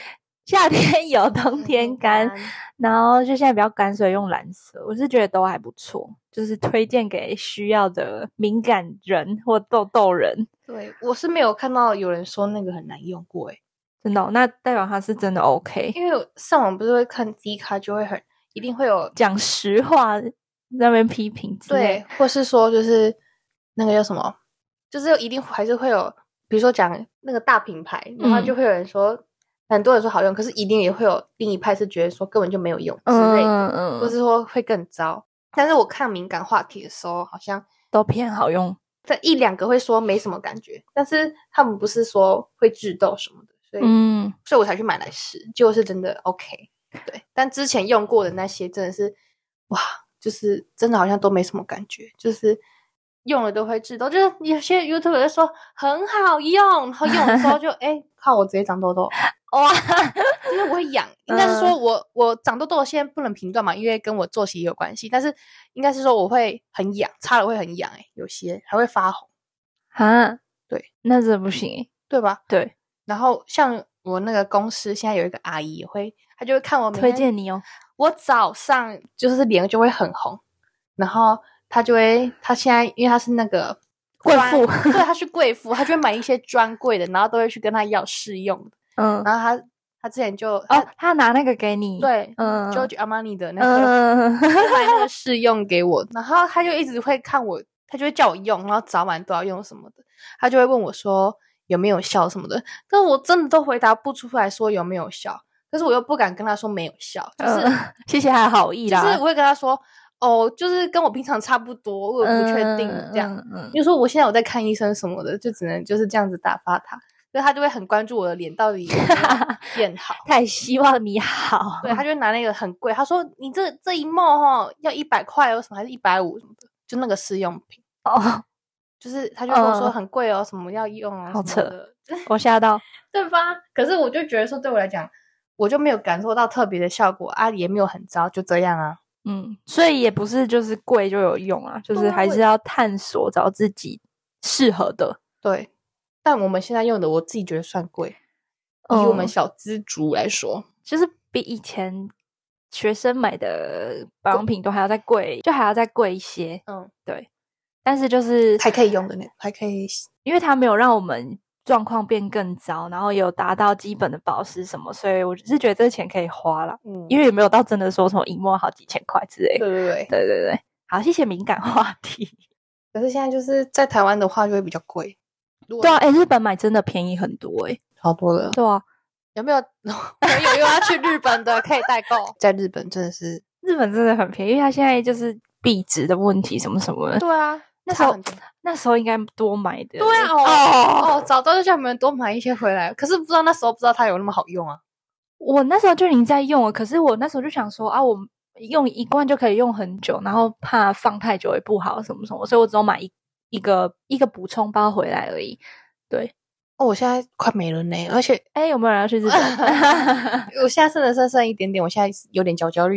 A: 夏天有，冬天干，然后就现在比较干，所以用蓝色，我是觉得都还不错，就是推荐给需要的敏感人或痘痘人。
B: 对我是没有看到有人说那个很难用过诶，
A: 真的哦、那代表它是真的 OK。
B: 因为我上网不是会看 D 卡，就会很一定会有
A: 讲实话，在那边批评之类
B: 对，或是说就是那个叫什么，就是一定还是会有，比如说讲那个大品牌，然后就
A: 嗯
B: 会有人说、很多人说好用，可是一定也会有另一派是觉得说根本就没有用之类的，
A: 嗯嗯
B: 或
A: 嗯，
B: 是说会更糟。但是我看敏感话题的时候，好像
A: 都偏好用。
B: 这一两个会说没什么感觉，但是他们不是说会致痘什么的，所以、
A: 嗯，
B: 所以我才去买来试，结果是真的 OK。对，但之前用过的那些真的是哇，就是真的好像都没什么感觉，就是用了都会致痘，就是有些 YouTube 就说很好用，然后用的时
A: [LAUGHS]
B: 候就哎、靠，我直接长痘痘，
A: 哇，
B: 因为我会
A: [LAUGHS]
B: 痒，应该是说
A: 嗯
B: 我、我长痘痘现在不能评断嘛，因为跟我作息有关系，但是应该是说我会很痒，擦了会很痒、哎，有些还会发红，
A: 啊，
B: 对，嗯
A: 那真的不行欸。
B: 对吧？
A: 对，
B: 然后像我那个公司现在有一个阿姨也会，她就会看我每
A: 推
B: 天
A: 荐你哦。
B: 我早上就是脸就会很红，然后她就会，她现在因为她是那
A: [LAUGHS]
B: 个
A: 贵
B: 专
A: 妇
B: 对，她是贵妇，她就会买一些专柜的，然后都会去跟她要试用的。
A: 嗯，
B: 然后她她之前就
A: 哦，他拿那个给你。，
B: 对
A: 嗯，
B: ，George Armani 的那个、
A: 嗯，
B: 就买那个试用给我， [LAUGHS] 然后她就一直会看我，她就会叫我用，然后早晚都要用什么的，她就会问我说有没有效什么的，但我真的都回答不出来说有没有效。但是我又不敢跟她说没有效，
A: [LAUGHS]
B: 就是、
A: 嗯谢谢他的好意
B: 就
A: 啦。
B: 是我会跟他说，哦，就是跟我平常差不多，我也不确定
A: 嗯
B: 这样。
A: 嗯嗯
B: 比如说我现在有在看医生什么的，就只能就是这样子打发他，所以他就会很关注我的脸到底有没
A: [LAUGHS]
B: 有变好。
A: 太希望你好。
B: 对，他就拿那个很贵，他说你这这一帽哦要一百块哦，什么还是一百五什么的，就那个试用品，
A: [LAUGHS] 哦，
B: 就是他就跟我说
A: 嗯
B: 很贵哦，什么要用哦，
A: 好
B: 什么
A: 扯
B: 的，
A: 我吓到。
B: [LAUGHS] 对吧？可是我就觉得说对我来讲，我就没有感受到特别的效果啊，也没有很糟，就这样啊。
A: 嗯，所以也不是就是贵就有用啊，就
B: 对
A: 是
B: 啊
A: 还
B: 我
A: 是要探索找自己适合的。
B: 对，但我们现在用的，我自己觉得算贵。以我们
A: 嗯
B: 小资族来说，
A: 就是比以前学生买的保养品都还要再贵，就还要再贵一些。
B: 嗯，
A: 但是就是
B: 还可以用的呢，还可以洗。
A: 因为它没有让我们状况变更糟，然后有达到基本的保湿什么，所以我是觉得这个钱可以花了，
B: 嗯
A: 因为也没有到真的说什么一摸好几千块之类
B: 对
A: 的。
B: 对对。
A: 对对对，好，谢谢敏感话题。
B: 可是现在就是在台湾的话，就会比较贵。如果
A: 对啊，哎、日本买真的便宜很多哎、
B: 好多了。
A: 对啊，
B: 有没有 [LAUGHS] 朋友又要去日本的，可以代购？在日本真的是
A: 日本真的很便宜，因为它现在就是币值的问题什么什么的。
B: 对啊，
A: 那时
B: 差
A: 候
B: 很多
A: 那时候应该多买的。
B: 对啊
A: 哦
B: 哦，早知道就叫你们多买一些回来。可是不知道那时候不知道它有那么好用啊。
A: 我那时候就已经在用了，可是我那时候就想说啊，我用一罐就可以用很久，然后怕放太久也不好什么什么，所以我只有买一一个一个补充包回来而已。对，
B: 哦，我现在快没了呢，而且
A: 哎、有没有人要去日本？
B: [LAUGHS] 我现在剩的剩剩一点点，我现在有点焦焦 [LAUGHS] 虑，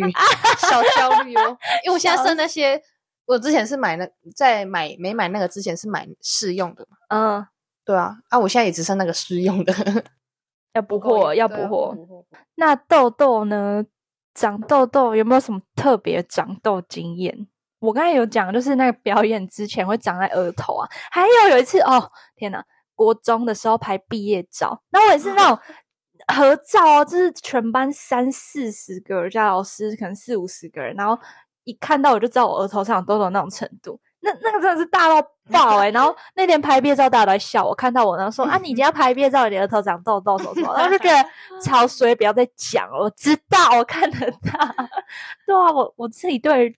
B: 小焦虑 [LAUGHS] 哦，因为我现在剩那些，我之前是买那在买没买那个之前是买试用的嘛，
A: 嗯，
B: 对啊，啊，我现在也只剩那个试用的， [LAUGHS]
A: 要补货，要补
B: 对啊
A: 货。。那痘痘呢？长痘痘有没有什么特别长痘经验？我刚才有讲，就是那个表演之前会长在额头啊，还有有一次哦，天哪！国中的时候拍毕业照，那我也是那种合照哦，就是全班三四十个人，加老师可能四五十个人，然后一看到我就知道我额头上有痘痘那种程度，那那个真的是大到爆哎、然后那天拍毕业照，大家都在笑我，看到我然后说啊，你今天要拍毕业照，你的额头长痘痘什么什么，然后就觉
B: [LAUGHS]
A: 得超衰，不要再讲了，我知道，我看得到。 [LAUGHS] 对啊，我我自己对于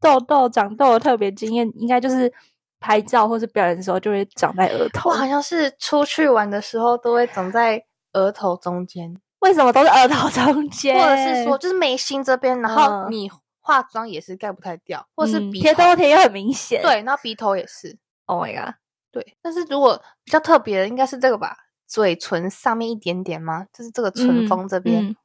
A: 痘痘长痘的特别经验，应该就是拍照或是表演的时候就会长在额头
B: 我。好像是出去玩的时候都会长在额头中间，
A: 为什么都是额头中间？
B: [LAUGHS] 或者是说就是眉心这边，然
A: 嗯
B: 后你化妆也是盖不太掉，或是
A: 嗯
B: 鼻
A: 贴
B: 头，
A: 痘贴也很明显。
B: 对，然后鼻头也是，
A: ，Oh my god，
B: 对。但是如果比较特别的，应该是这个吧，嘴唇上面一点点吗？就是这个唇
A: 嗯
B: 峰这边，
A: 嗯，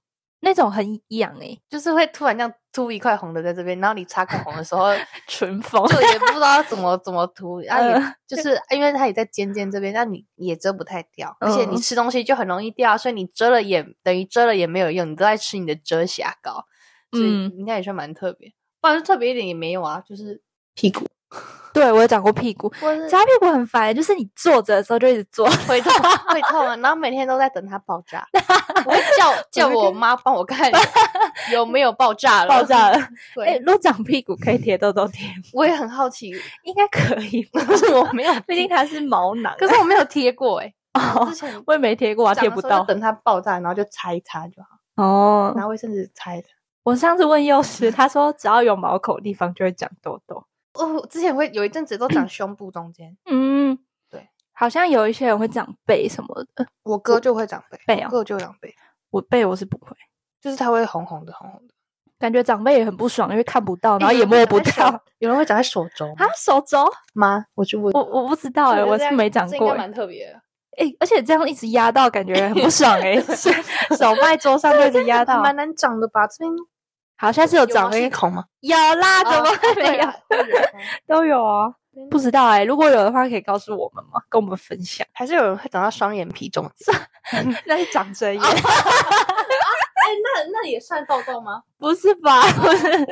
A: 那种很痒哎、
B: 就是会突然这样凸一块红的在这边，然后你擦口红的时
A: [LAUGHS]
B: 候。
A: 唇峰
B: 就也不知道怎么怎么涂，啊，也
A: 嗯
B: 就是因为它也在尖尖这边，那你也遮不太掉，而且你
A: 嗯
B: 吃东西就很容易掉，啊所以你遮了也等于遮了也没有用，你都在吃你的遮瑕膏，所以
A: 嗯
B: 应该也算蛮特别。不然就特别一点也没有啊，就是屁股
A: 对我有长过屁股，
B: 或者
A: 夹屁股很烦，欸就是你坐着的时候就一直坐。
B: 会痛会痛啊，然后每天都在等它爆炸，我会
A: [LAUGHS]
B: 叫叫我妈帮我看有没有爆炸了，
A: 爆炸了。哎、
B: [LAUGHS] 对，
A: 如果长屁股可以贴痘痘贴，
B: 我也很好奇，
A: 应该可以吧？
B: 可是 [LAUGHS] 我没有，
A: [LAUGHS] 毕竟它是毛囊，
B: 可是我没有贴过哎，之前
A: 哦 [LAUGHS] 我也没贴过啊，
B: 长
A: 贴
B: 的
A: 不
B: 时候就
A: 到。
B: 等它爆炸，然后就擦一擦就好，
A: 哦，
B: 拿卫生纸擦一擦。
A: 我上次问幼师，他说只要有毛孔的地方就会长痘痘。
B: 哦，之前会有一阵子都
A: [CLEARS THROAT]
B: 长胸部中间，
A: 嗯，
B: 对，
A: 好像有一些人会长背什么的，
B: 我哥就会长背，
A: 背
B: 我
A: 哦
B: 哥就会长背，
A: 我背我是不会，
B: 就是他会红红的，红红的，
A: 感觉长辈也很不爽，因为看不到，哦然后
B: 诶
A: 也摸不。
B: 有人会长
A: 到
B: 在手。有人会长在手肘
A: 啊，手肘，
B: 吗？我去问
A: 我我不知道哎、
B: 觉得
A: 我
B: 这
A: 是
B: 样
A: 没长
B: 这应
A: 过
B: 该
A: 哎、
B: 蛮特别 [LAUGHS] 的，
A: 诶而且这样一直压到，感觉很不爽哎、 [LAUGHS] 是手放在桌上就一直压到。
B: 蛮难长的吧？这边
A: 好，下次有长
B: 毛细
A: 会
B: 孔吗？
A: 有啦，怎么
B: 啊
A: 会没
B: 对
A: 有
B: 啊？会有哦吗
A: 都有啊， [LAUGHS] 不知道哎、如果有的话可以告诉我们吗？跟我们分 [LAUGHS] 享。
B: 还是有人会长到双眼皮中间？
A: 那是长针眼，
B: 哎，那那也算痘痘吗？ [LAUGHS]
A: 不是 [LAUGHS] 吧？不是，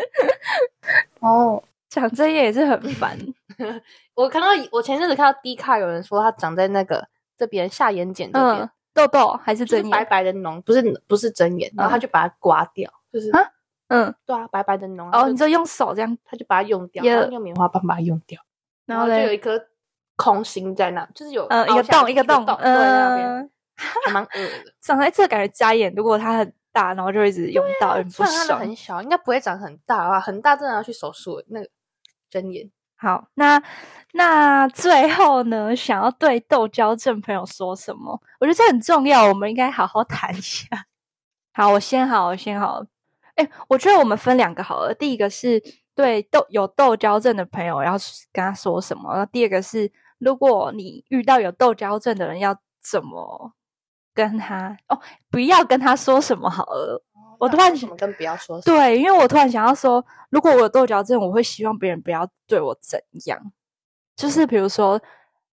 B: 哦，
A: 长针眼也是很
B: [LAUGHS]
A: 烦。
B: 我看到我前阵子看到 D 卡有人说他长在那个这边下眼睑这边
A: 嗯，，痘痘还是
B: 就是
A: 针
B: 白
A: 眼？嗯
B: 白的脓，不是不是针眼，然后他就把它刮掉，就是
A: 啊嗯，
B: 对啊，白白的脓，然后
A: 哦，你
B: 就
A: 就用手这样，
B: 他就把它用掉，
A: 也
B: 然后用棉花棒把它用掉，
A: 然
B: 后
A: 后
B: 就有
A: 嘞，
B: 一颗空心在那，就是有
A: 嗯，一
B: 凹
A: 个
B: 下
A: 洞
B: 去
A: 一个洞，
B: 对，那边
A: 嗯，
B: 还蛮恶的。 [LAUGHS]
A: 长在这感觉加眼，如果它很大，然后就一直用到，很不
B: 啊虽然它的
A: 爽。
B: 很小，应该不会长很大啊，很大真的要去手术那个针眼。
A: 好，那那最后呢，想要对豆胶症朋友说什么？我觉得这很重要，我们应该好好谈一下。好，我先好，我先好。哎，我觉得我们分两个好了。第一个是对豆有豆胶症的朋友要跟他说什么，然后第二个是如果你遇到有豆胶症的人要怎么跟他哦，不要跟他说什么好了。我突
B: 哦那
A: 然
B: 为什么跟不要说？，
A: 对，因为我突然想要说，如果我有豆角症，我会希望别人不要对我怎样。就是比如说，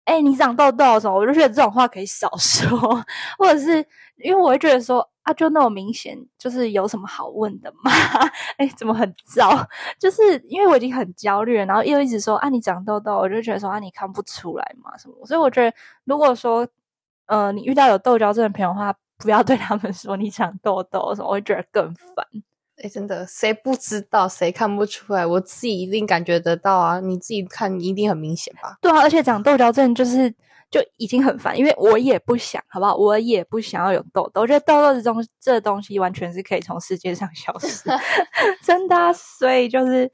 A: 哎、你长痘痘什么，我就觉得这种话可以少说， [LAUGHS] 或者是因为我会觉得说，啊，就那么明显，就是有什么好问的吗？ [LAUGHS] 哎、怎么很糟？就是因为我已经很焦虑了，然后又一直说啊，你长痘痘，我就觉得说啊，你看不出来嘛什么。所以我觉得，如果说，呃，你遇到有痘角症的朋友的话，不要对他们说你长痘痘什么，我会觉得更烦。
B: 哎，真的，谁不知道，谁看不出来？我自己一定感觉得到啊，你自己看一定很明显吧？
A: 对啊，而且长痘胶症就是就已经很烦，因为我也不想，好不好？我也不想要有痘痘。我觉得痘痘这东这东西完全是可以从世界上消失，
B: [LAUGHS]
A: 真的啊、所以就是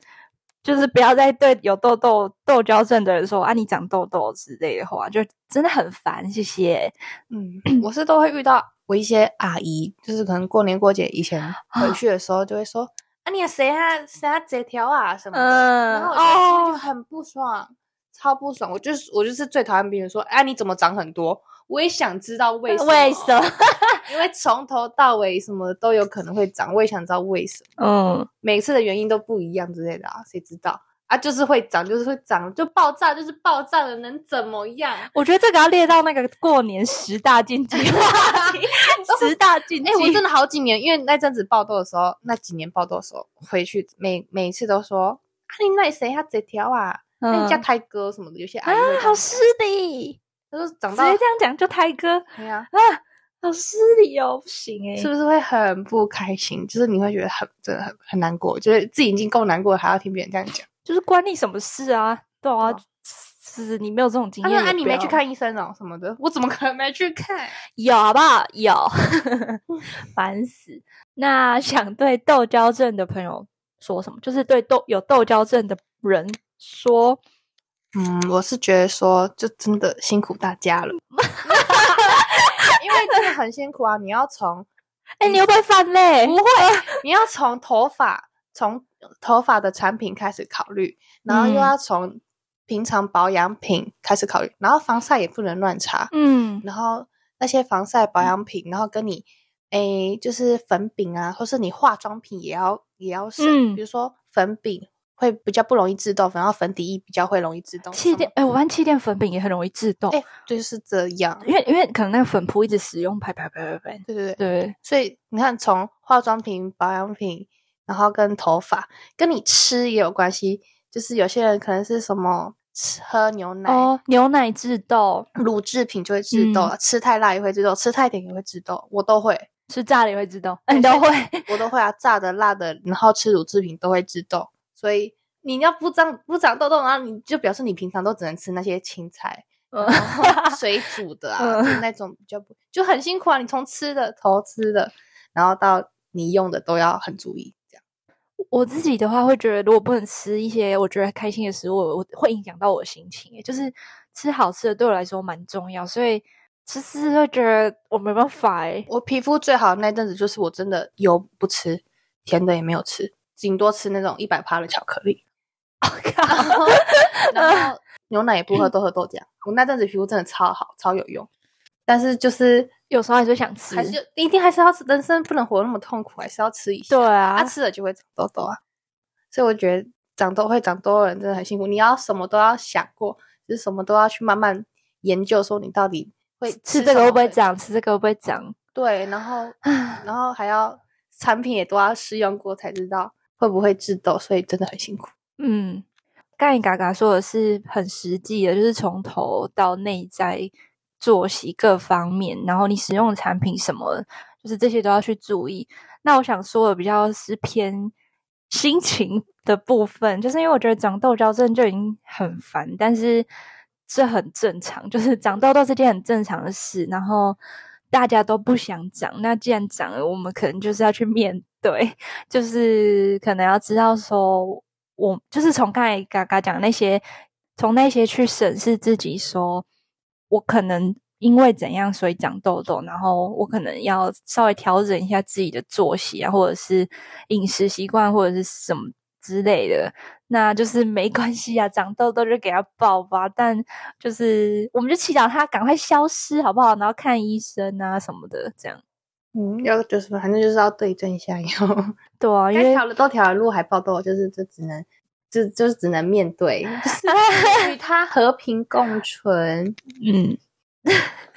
A: 就是不要再对有痘痘痘胶症的人说啊，你长痘痘之类的话，就真的很烦。谢谢。
B: 嗯， [CLEARS THROAT] 我是都会遇到我一些阿姨，就是可能过年过节以前
A: 啊
B: 回去的时候，就会说：“啊，你的谁啊，谁啊，这条啊什么的。
A: 嗯
B: 然后我就
A: 哦
B: 就很不爽，超不爽。我就是我就是最讨厌别人说：“啊，你怎么长很多？”我也想知道为什么，
A: 为什么？
B: [LAUGHS] 因为从头到尾什么都有可能会长，我也想知道为什么，
A: 嗯，
B: 每次的原因都不一样之类的啊，谁知道啊？就是会长，就是会长，就爆炸，就是爆炸了，能怎么样？
A: 我觉得这个要列到那个过年十大禁忌话
B: [LAUGHS]
A: 题，十大禁忌。
B: 哎、我真的好几年，因为那阵子爆痘的时候，那几年爆痘的时候，回去每每一次都说啊，你那里谁啊，这条啊，那、你叫
A: 嗯
B: 泰哥什么的，有些阿
A: 啊
B: 姨会，这
A: 好
B: 样
A: 失礼，
B: 她说
A: 直
B: 长
A: 接这
B: 到
A: 样讲就胎哥
B: 哎呀，
A: 啊，好失礼哦，不行哎、
B: 是不是会很不开心？就是你会觉得很真的很很难过，就是自己已经够难过了，还要听别人这样讲。
A: 就是关你什么事啊？对啊，
B: 对
A: 是你没有这种经
B: 他
A: 验
B: 说
A: 也不要，
B: 啊，你没去看医生哦什么的，我怎么可能没去看？
A: 有好不好？有， [LAUGHS] 烦死。那想对豆胶症的朋友说什么？就是对豆有豆胶症的人说，
B: 嗯，我是觉得说，就真的辛苦大家了， [LAUGHS] 因为真的很辛苦啊！你要从
A: 哎、你会不会犯累？
B: 嗯不会，你要从头发从头发的产品开始考虑，然后
A: 嗯
B: 又要从平常保养品开始考虑，然后防晒也不能乱擦，
A: 嗯
B: 然后那些防晒保养品，然后跟你诶就是粉饼啊，或是你化妆品也要也要省，
A: 嗯
B: 比如说粉饼会比较不容易致痘，然后粉底液比较会容易致痘，
A: 气
B: 哦什么
A: 垫，哎、我发现气垫粉饼也很容易致痘，
B: 哎就是这
A: [LAUGHS]
B: 样，
A: 因为因为可能那个粉扑一直使用，拍拍拍拍拍。
B: 对对对。
A: 对，
B: 所以你看，从化妆品、保养品，然后跟头发，跟你吃也有关系。就是有些人可能是什么吃喝牛奶、
A: 哦，嗯牛奶致痘，
B: 乳制品就会致痘、啊，吃太辣也会致痘，吃太甜也会致痘，我都会，
A: 吃炸了也会致痘，哎你都会。
B: 我都会啊，炸的、辣的，然后吃乳制品都会致痘。所以你要不长不长痘痘，然后你就表示你平常都只能吃那些青菜。
A: 嗯
B: 然后水煮的啊，
A: 嗯
B: 那种比较不就很辛苦啊。你从吃的、投资的，然后到你用的都要很注意，这样。
A: 我自己的话会觉得，如果不能吃一些我觉得开心的食物，我会影响到我的心情耶。就是吃好吃的对我来说蛮重要，所以其实会觉得我没办法哎。
B: 我皮肤最好的那阵子就是我真的油不吃，甜的也没有吃，顶多吃那种一百趴的巧克力，
A: [LAUGHS]
B: [LAUGHS]
A: 我靠！
B: 然后牛奶也不喝，都喝豆浆。我那阵子皮肤真的超好，超有用。但是就是
A: 有时候还是会想吃，
B: 还是一定还是要吃，人生不能活那么痛苦，还是要吃一下。
A: 对啊
B: 他、，吃了就会长痘痘啊。所以我觉得长痘会长痘的人真的很辛苦，你要什么都要想过，就是什么都要去慢慢研究，说你到底会
A: 吃
B: 什
A: 这个会不会
B: 么
A: 长？吃这个会不会长？
B: 对，然后然后还要产品也都要试用过才知道会不会致痘，所以真的很辛苦。
A: 嗯，刚才嘎嘎说的是很实际的，就是从头到内在、作息各方面，然后你使用的产品什么，就是这些都要去注意。那我想说的比较是偏心情的部分，就是因为我觉得长痘胶症就已经很烦，但是这很正常，就是长痘痘是件很正常的事，然后大家都不想长，那既然长了，我们可能就是要去面对。就是可能要知道说，我就是从刚才嘎嘎讲那些，从那些去审视自己说我可能因为怎样所以长痘痘，然后我可能要稍微调整一下自己的作息啊，或者是饮食习惯，或者是什么之类的。那就是没关系啊，长痘痘就给它爆吧，但就是我们就祈祷它赶快消失，好不好？然后看医生啊什么的，这样。
B: 嗯，要就是反正就是要对症下 [LAUGHS] 药。
A: 对啊，因
B: 该
A: 为
B: 调的都调了，路还爆痘，就是这只能，就就是只能面对， [LAUGHS] 就是与它和平共 [LAUGHS] 存。
A: 嗯， [LAUGHS]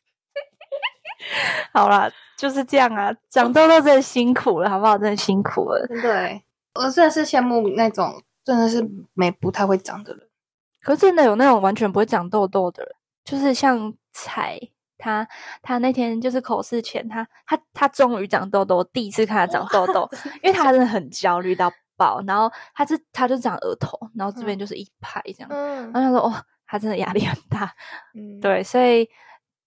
A: 好啦，就是这样啊。长痘痘真的辛苦了，好不好？真的辛苦了。
B: 对，欸我真的是羡慕那种真的是没不太会长的人。
A: 可是真的有那种完全不会长痘痘的人，就是像彩，他他那天就是口试前，他他他终于长痘痘，我第一次看他长痘痘，因为他真的很焦虑到爆，然后他是他就长额头，然后这边
B: 嗯
A: 就是一排这样，
B: 嗯
A: 然后他说哇、他真的压力很大，
B: 嗯，
A: 对，所以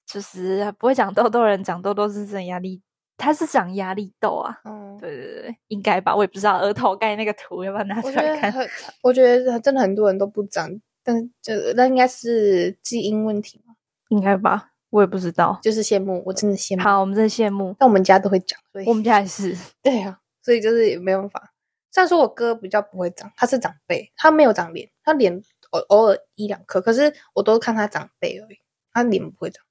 A: 就是不会长痘痘的人长痘痘是真的压力，他是长压力痘啊。
B: 嗯，
A: 对对对，应该吧，我也不知道额头盖那个图要不要拿出
B: 我觉
A: 来
B: 得
A: 看。
B: 很，我觉得真的很多人都不长，但是这那应该是基因问题嘛，
A: 应该吧，我也不知道。
B: 就是羡慕，我真的羡慕。
A: 好，我们真的羡慕，
B: 但我们家都会长，所以
A: 我们家也 [LAUGHS] 是，
B: 对啊，所以就是也没办法。虽然说我哥比较不会长，他是长背，他没有长脸，
A: [LAUGHS]
B: 他脸偶偶尔一两颗，可是我都看他长背而已，他脸不会长。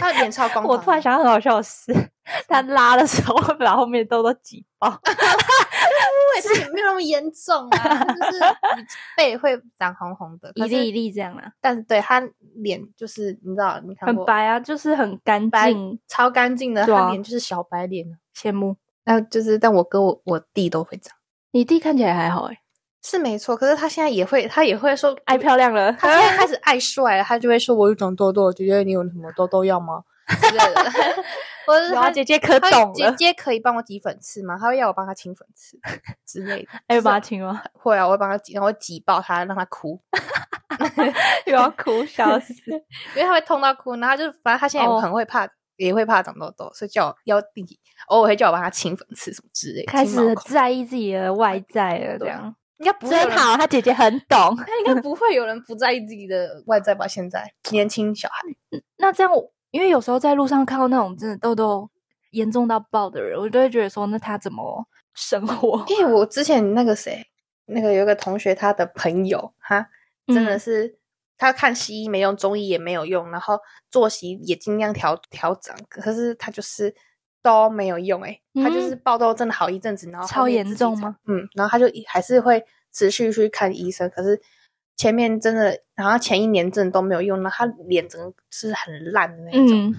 B: 他的脸超光滑的。
A: 我突然想到很好笑的事， [LAUGHS] 他拉的时候会把后面痘痘挤爆，
B: 对，它也没有那么严重啊，就是你背会长红红的，
A: [LAUGHS] 一粒一，粒这样啊，
B: 但是对他脸就是你知道，你看
A: 很
B: 过
A: 白啊，就是很干
B: 白
A: 净，
B: 超干净的，
A: 对啊
B: 他脸就是小白脸啊。
A: 羡慕。
B: 那就是，但我哥我我弟都会长，
A: 你弟看起来还好哎、
B: 是没错。可是他现在也会，他也会说
A: 爱漂亮了，
B: 他现在开始爱帅了，他就会说我有长痘痘，姐姐你有什么痘痘药吗？之类的， [LAUGHS] 或者是
A: 然后
B: 他
A: 啊姐姐可
B: 他
A: 懂
B: 姐
A: 了，
B: 姐可以帮我挤粉刺吗？他会要我帮他清粉刺之类的。
A: [LAUGHS] 哎，
B: 就是
A: 把他亲吗？
B: 会啊，我会帮他挤，然后我挤爆他，让他哭，
A: 又要哭，笑死！
B: 因为他会痛到哭。然后就反正他现在也
A: 哦
B: 很会怕也会怕长痘痘，所以叫我要弟，偶尔会叫我帮他清粉刺什么之类的。
A: 开
B: 清
A: 始
B: 毛
A: 很
B: 孔
A: 在意自己的外在了，这样
B: 应该不会有
A: 真
B: 人，
A: 好。他姐姐很懂。
B: [LAUGHS] 应该不会有人不在意自己的外在吧？现在年轻小孩，
A: 那这样我，因为有时候在路上看到那种真的痘痘严重到爆的人，我就会觉得说，那他怎么生活？
B: 因为我之前那个谁，那个有一个同学，他的朋友哈， [LAUGHS] 真的
A: 嗯
B: 是、他看西医没用，中医也没有用，然后作息也尽量调调整，可是他就是都没有用、欸，诶、他就
A: 嗯
B: 是爆痘真的好一阵子，然后后
A: 超
B: 面
A: 严
B: 自己
A: 重
B: 才
A: 吗？
B: 嗯，然后他就一还是会持续去看医生，可是前面真的，然后前一年真的都没有用，然后他脸整个是很烂的那一种。
A: 嗯，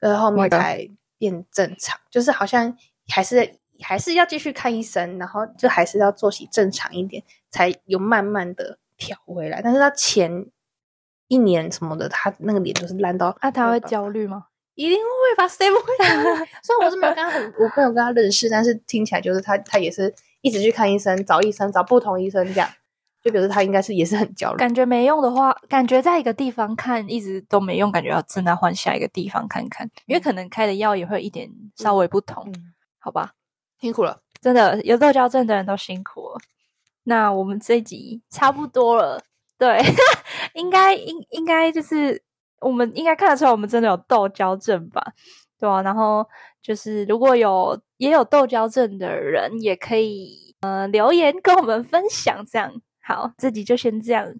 B: 可是后面
A: My God
B: 才变正常，就是好像还是还是要继续看医生，然后就还是要作息正常一点，才有慢慢的调回来。但是他前一年什么的，他那个脸就是烂到
A: 那、他
B: 没有
A: 会
B: 办法
A: 焦虑吗？
B: 一定会吧？谁不会啊焦虑？虽然我是没有跟他很， [LAUGHS] 我没有跟他认识，但是听起来就是他他也是一直去看医生，找医生，找不同医生这样，就表示他应该是也是很焦虑。
A: 感觉没用的话，感觉在一个地方看一直都没用，感觉要真的换下一个地方看看，因为可能开的药也会有一点稍微不同，
B: 嗯，
A: 好吧？
B: 辛苦了，
A: 真的有乐交症的人都辛苦了。那我们这一集差不多了，对， [LAUGHS] 应该应应该就是我们应该看得出来，我们真的有豆交症吧？对啊，然后就是如果有也有豆交症的人，也可以呃留言跟我们分享。这样好，这集就先这样。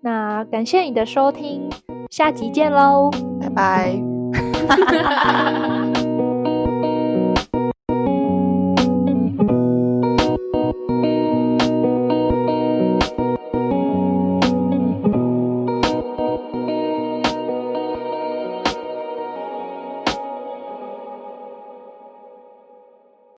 A: 那感谢你的收听，下集见喽。
B: 拜拜。